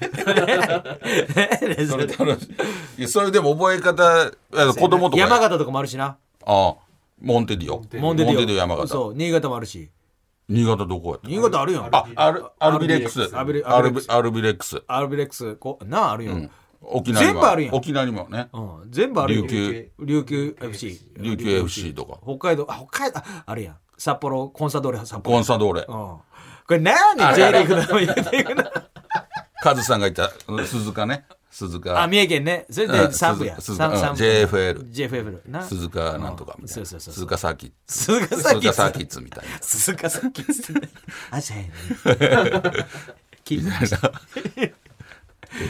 Speaker 2: それ楽しいいやそれでも覚え方あの子供とかや
Speaker 3: 山形とかもあるしな
Speaker 2: ああモンテディオ
Speaker 3: モンデディオ
Speaker 2: 山形
Speaker 3: そう新潟もあるし
Speaker 2: 新潟どこやった
Speaker 3: 新潟あるやん
Speaker 2: あアルアルビレックス
Speaker 3: アルビレ
Speaker 2: アルビアルビレックス
Speaker 3: アルビレックスこうなああるよ、うん
Speaker 2: 沖縄にも
Speaker 3: 全部あるやん
Speaker 2: 沖縄にもね
Speaker 3: 全部あるよ
Speaker 2: 琉球
Speaker 3: 琉球 FC
Speaker 2: 琉球 FC とか
Speaker 3: 北海道あ北海道ああるやん札幌コンサドーレ札幌
Speaker 2: コンサドーレ
Speaker 3: うんこれ何やねん J リーグの名前言うていくの
Speaker 2: カズさんがいたうん鈴鹿ね鈴鹿
Speaker 3: あ、三重県ね。それ
Speaker 2: う
Speaker 3: で
Speaker 2: ん
Speaker 3: 三部や。
Speaker 2: 鈴
Speaker 3: 三
Speaker 2: うん
Speaker 3: 三部
Speaker 2: JFL
Speaker 3: JFL。な。
Speaker 2: 鈴鹿なんとかみたい
Speaker 3: そう
Speaker 2: な
Speaker 3: そうそう。
Speaker 2: 鈴鹿サーキッツ
Speaker 3: 鈴鹿
Speaker 2: 鈴鹿サ
Speaker 3: さ
Speaker 2: ー
Speaker 3: っき。
Speaker 2: キッツみたいな
Speaker 3: 鈴鹿さっき。あ、じゃあ ね。聞いて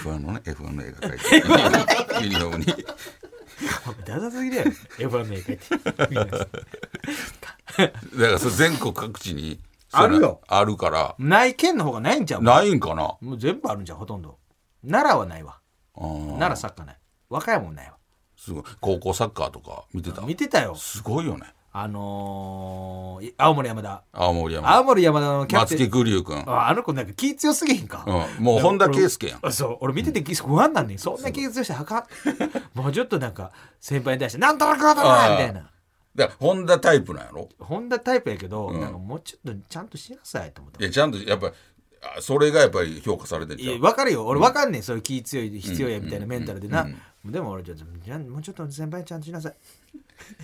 Speaker 2: F1 のね F1 の絵が描い てるユニフォームに
Speaker 3: ダサすぎだよ。やばいね。
Speaker 2: だからそれ全国各地に
Speaker 3: あるよ
Speaker 2: そのあるから
Speaker 3: ない県の方がないんじゃん。も
Speaker 2: ないんかな
Speaker 3: う全部あるんじゃん、ほとんど。奈良はないわ。
Speaker 2: うん
Speaker 3: 奈良サッカーない。和歌山もないわ。
Speaker 2: すごい高校サッカーとか見てた
Speaker 3: 見てたよ。
Speaker 2: すごいよね
Speaker 3: あのー、い青森山田。
Speaker 2: 青森山
Speaker 3: 青森山田のキャプ
Speaker 2: 松
Speaker 3: テ
Speaker 2: 木
Speaker 3: ン。
Speaker 2: 玖生君
Speaker 3: ああの子なんか気強すぎへんか。
Speaker 2: うんもう本田圭佑やん
Speaker 3: あそう俺見てて不安なんねんそんな気がしてはかん もうちょっとなんか先輩に対して「なんとなくだ
Speaker 2: あー
Speaker 3: な!」みたいな
Speaker 2: だから本田タイプなんやろ
Speaker 3: 本田タイプやけど、
Speaker 2: ん
Speaker 3: なんかもうちょっとちゃんとしなさいと思った
Speaker 2: いやちゃんとやっぱりあそれがやっぱり評価されてん
Speaker 3: い
Speaker 2: じゃ
Speaker 3: や
Speaker 2: ん
Speaker 3: 分かるよ俺分かんねん、そういう気強い必要やみたいなメンタルでな、
Speaker 2: うん
Speaker 3: でも俺ちょっとじゃあもうちょっと先輩にちゃんとしなさい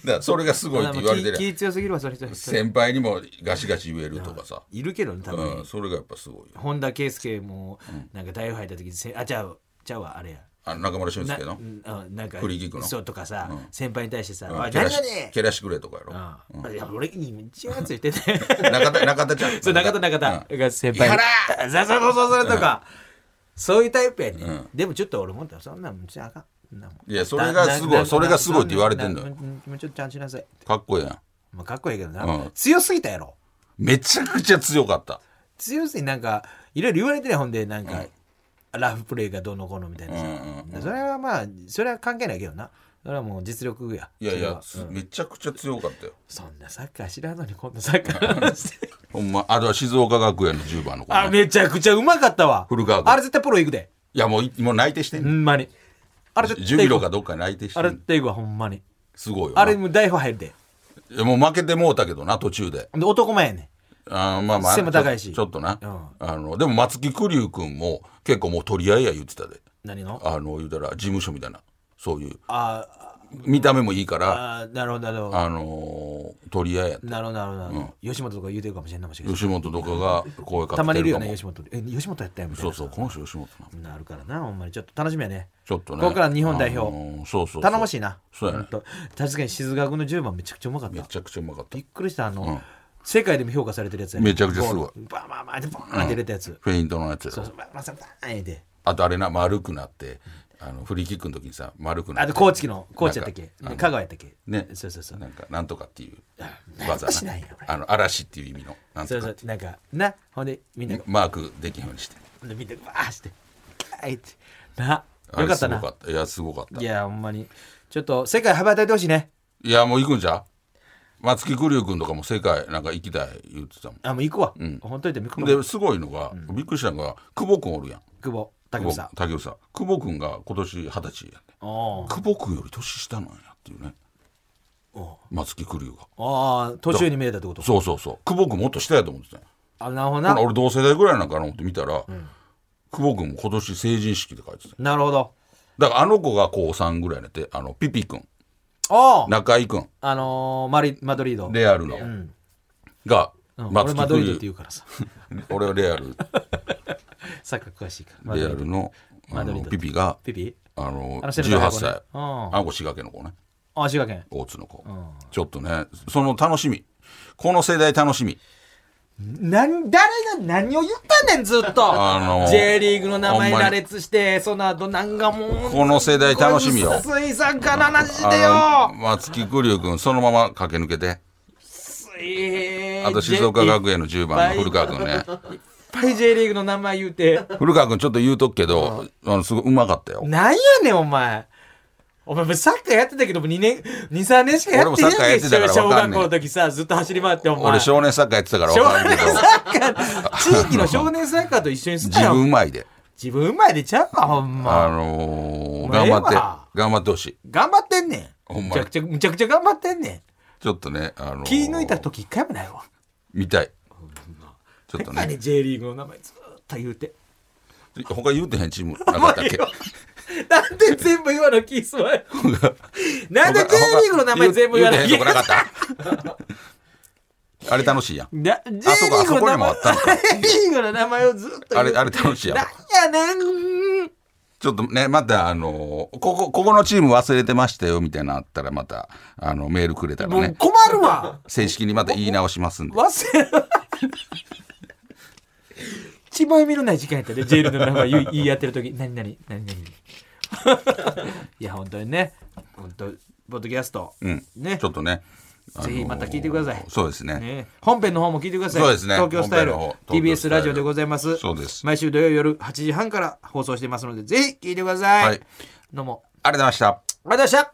Speaker 2: だからそれがすごいって言われて
Speaker 3: 気
Speaker 2: るやん
Speaker 3: 気強すぎるわそれ人
Speaker 2: 先輩にもガシガシ言えるとかさ
Speaker 3: いるけどね多分ね、
Speaker 2: うんそれがやっぱすごいよ
Speaker 3: 本田圭佑もなんか大学入った時にせあちゃうちゃうわあれや
Speaker 2: あの中村俊
Speaker 3: な
Speaker 2: 輔の
Speaker 3: うんなんか
Speaker 2: フリーキックの
Speaker 3: そうとかさ、
Speaker 2: うん
Speaker 3: 先輩に対してさ「お
Speaker 2: うん
Speaker 3: い
Speaker 2: 蹴ら
Speaker 3: 何
Speaker 2: し
Speaker 3: やねん!」
Speaker 2: 蹴らしてくれとかやろ
Speaker 3: うんいや俺に一番ついてて
Speaker 2: 中田中田ちゃん
Speaker 3: そう中田中田が先輩にそうそうそうそれとかそういうタイプやね
Speaker 2: うん
Speaker 3: でもちょっと俺もってそんなんじゃあかんそんなん
Speaker 2: いやそれがすごい
Speaker 3: な
Speaker 2: それがすごいって言われてんのよ
Speaker 3: なもうちょっとちゃんとしなさい
Speaker 2: うんかっこええやん
Speaker 3: まあかっこいいけど
Speaker 2: うん
Speaker 3: な強すぎたやろ
Speaker 2: めちゃくちゃ強かった
Speaker 3: 強すぎなんかいろいろ言われてるほんでなんかラフプレーがどうのこうのみたいなさ
Speaker 2: うんうん
Speaker 3: それはまあそれは関係ないけどなそれはもう実力や
Speaker 2: いやい
Speaker 3: それ
Speaker 2: や
Speaker 3: は
Speaker 2: すめちゃくちゃ強かったよ
Speaker 3: そんなサッカー知らんのにこんなサッカーの話して
Speaker 2: ほんまあとは静岡学園の10番の子ね
Speaker 3: あ、めちゃくちゃうまかったわ。
Speaker 2: 古川君
Speaker 3: あれ絶対プロ行くで。
Speaker 2: いやもういもう内定してん
Speaker 3: ほ
Speaker 2: ねん
Speaker 3: んまに。あれ絶
Speaker 2: ジュ
Speaker 3: 対
Speaker 2: ビ
Speaker 3: 行
Speaker 2: ロ
Speaker 3: く
Speaker 2: かどっかに内定して
Speaker 3: あ
Speaker 2: んね
Speaker 3: れ
Speaker 2: ん
Speaker 3: 絶対行くわ、ほんまに。
Speaker 2: すごいよな
Speaker 3: あれもう代表入るで。
Speaker 2: いやもう負けてもうたけどな途中で
Speaker 3: で男前やね
Speaker 2: あーまあまあ
Speaker 3: 背も高い
Speaker 2: ち
Speaker 3: し
Speaker 2: ょちょっとな、
Speaker 3: う
Speaker 2: あのでも松木玖生君も結構もう取り合いや言ってたで
Speaker 3: ん。何の
Speaker 2: あの言うたら事務所みたいなそういう
Speaker 3: あ
Speaker 2: 見た目もいいから
Speaker 3: あ、なるほど、なるほど。
Speaker 2: あのー取り合いやって
Speaker 3: なるほど、なるほどなるほど。吉本とか言うてるかもしれんないもしかし
Speaker 2: 吉本とかが声かけてるかも
Speaker 3: たまにいるよね、吉本。え、吉本やったよ、みたい
Speaker 2: そ
Speaker 3: な。
Speaker 2: うそうこの人吉本な
Speaker 3: なるからな、ほんまに。ちょっと楽しみやね。
Speaker 2: ちょっとね
Speaker 3: ここから日本代表
Speaker 2: あのーそうそうそう
Speaker 3: 頼もしいな。
Speaker 2: そうや
Speaker 3: ほ
Speaker 2: ね
Speaker 3: んと確かに静学の10番めちゃくちゃうまかっ
Speaker 2: め
Speaker 3: た。
Speaker 2: ちゃくちゃうまかった
Speaker 3: びっくりした、あの、
Speaker 2: うん
Speaker 3: 世界でも評価されてるやつやね
Speaker 2: めちゃくちゃすごい
Speaker 3: ゴールバーバーバーってバーンって入れたやつ。
Speaker 2: フェイントのやつやろ
Speaker 3: そうそう、バーバーバーンって入れて。
Speaker 2: あとあれな丸くなってあのフリーキックの時にさ丸くな
Speaker 3: あ
Speaker 2: って
Speaker 3: と高知の高知やったっけ
Speaker 2: なんか
Speaker 3: 香川やったっけ
Speaker 2: ね
Speaker 3: そうそうそう
Speaker 2: なんかなんとかっていう
Speaker 3: なんかしないよこれ
Speaker 2: あの嵐っていう意味のなん
Speaker 3: そ
Speaker 2: と
Speaker 3: う
Speaker 2: か
Speaker 3: そ
Speaker 2: っ
Speaker 3: う
Speaker 2: て
Speaker 3: なんかなほんでみんなが
Speaker 2: マークできへんようにして
Speaker 3: みんながバーしてキャーってな
Speaker 2: あれ
Speaker 3: よかった
Speaker 2: すご
Speaker 3: な
Speaker 2: かったいやすごかった
Speaker 3: い
Speaker 2: いや
Speaker 3: やほんまにちょっと世界羽ばたいてほしいね
Speaker 2: もう行くんじゃう松木玖生君とかも世界なんか行きたい言ってたもん
Speaker 3: あもう行くわ
Speaker 2: ん
Speaker 3: ほんといてみく久
Speaker 2: ですごいのが、びっくりしたのが久保君おるやん
Speaker 3: 保
Speaker 2: 久
Speaker 3: 武
Speaker 2: 保
Speaker 3: 生さん
Speaker 2: 武生さん久保君が今年二十歳やね
Speaker 3: おー
Speaker 2: 久保君より年下なんやっていうね
Speaker 3: お
Speaker 2: 松木玖生が
Speaker 3: ああ年上に見えたってこと
Speaker 2: そうそうそう久保君もっと下やと思ってたんや
Speaker 3: あなるほど
Speaker 2: ほ
Speaker 3: な
Speaker 2: な俺同世代ぐらいなんかなと思って見たら、久保君も今年成人式って書いてた
Speaker 3: なるほど
Speaker 2: だからあの子が高3ぐらいになってあのピピ君
Speaker 3: おー
Speaker 2: 中居君
Speaker 3: あのーマリマドリード
Speaker 2: レアルの、
Speaker 3: ん
Speaker 2: が
Speaker 3: うん
Speaker 2: 松
Speaker 3: 俺
Speaker 2: 木
Speaker 3: マドリード
Speaker 2: 玖
Speaker 3: って
Speaker 2: 生
Speaker 3: 言うからさ
Speaker 2: 俺はレアル
Speaker 3: サッカー詳しいから マ
Speaker 2: レ
Speaker 3: ド
Speaker 2: ア
Speaker 3: リード
Speaker 2: ルのあ
Speaker 3: マドリー
Speaker 2: の
Speaker 3: ド
Speaker 2: ピピが
Speaker 3: ピピ
Speaker 2: あの
Speaker 3: あの人の
Speaker 2: 18
Speaker 3: 中
Speaker 2: 歳
Speaker 3: 学校ねうん
Speaker 2: あの子滋賀県の子ね
Speaker 3: あ滋賀県
Speaker 2: 大津の子、ちょっとねその楽しみこの世代楽しみ
Speaker 3: なん誰が何を言ったんねんずっと、
Speaker 2: あのー
Speaker 3: J リーグの名前
Speaker 2: ほんまに
Speaker 3: 羅列してその後なんかもう
Speaker 2: この世代楽しみよ
Speaker 3: こいつ水産家の話して
Speaker 2: あの
Speaker 3: よ
Speaker 2: 松木玖生君そのまま駆け抜けて
Speaker 3: えー
Speaker 2: あと静岡
Speaker 3: J-
Speaker 2: 学園の10番の古川君ね
Speaker 3: いっぱい J リーグの名前言うて
Speaker 2: 古川君ちょっと言うとくけどあのすごいうまかったよ
Speaker 3: なんやねんお前お前サッカーやってたけども2年23年しかやってへん
Speaker 2: 俺もサッカーや
Speaker 3: や
Speaker 2: ってたから
Speaker 3: 小
Speaker 2: わかんね
Speaker 3: 学
Speaker 2: ん
Speaker 3: 校の時さずっと走り回ってお前
Speaker 2: 俺少年サッカーやってたから
Speaker 3: 少
Speaker 2: 分かる
Speaker 3: 年
Speaker 2: けど
Speaker 3: サッカー地域の少年サッカーと一緒にす
Speaker 2: 自
Speaker 3: なよ
Speaker 2: 分うまいで
Speaker 3: 自分前でちゃうわほんま
Speaker 2: あのー
Speaker 3: まあ
Speaker 2: 頑張っ
Speaker 3: ええわ
Speaker 2: て頑張ってほしい
Speaker 3: 頑張ってんねん。
Speaker 2: ほんまに
Speaker 3: むちゃくちゃ、むちゃくちゃ頑張ってんねん。
Speaker 2: ちょっとねあのー
Speaker 3: 気抜いた時一回もないわ。
Speaker 2: 見たいちょっと
Speaker 3: 何、
Speaker 2: ね
Speaker 3: J リーグの名前ずーっと言うて。
Speaker 2: 他言うてへんチームなか ったっけ
Speaker 3: もういいよなんで全部言わなきすわよ。なんで J リーグの名前全部言わな
Speaker 2: 言うてへん
Speaker 3: き
Speaker 2: とこなかったあ れ楽しいやん
Speaker 3: な J リ
Speaker 2: あそうか
Speaker 3: ーグの名前
Speaker 2: あそこにもあったんか
Speaker 3: J リーグの名前をずっと言う
Speaker 2: あれあれ楽しいやん
Speaker 3: なんやねん。
Speaker 2: ちょっとね、また、あのーここ、ここのチーム忘れてましたよ、みたいなのあったら、また、あの、メールくれたら
Speaker 3: もう
Speaker 2: ね、
Speaker 3: 困るわ。
Speaker 2: 正式にまた言い直しますんで。
Speaker 3: 忘れ。一番意味のない時間やったで、J リーグの名 前言い言い合ってる時、何々、何々。 いや、本当にね。本当、ポッドキャスト。
Speaker 2: うん。
Speaker 3: ね
Speaker 2: ちょっとね、あのー
Speaker 3: ぜひまた聞いてください
Speaker 2: そうですね。
Speaker 3: ね、本編の方も聞いてください。
Speaker 2: そうですね
Speaker 3: 東京スタイル
Speaker 2: 本編の方
Speaker 3: TBS ラジオでございます。
Speaker 2: そうです
Speaker 3: 毎週土曜夜8時半から放送してますので、ぜひ聞いてください。
Speaker 2: はい
Speaker 3: どうも。
Speaker 2: ありがとうございました。
Speaker 3: ありがとうございました。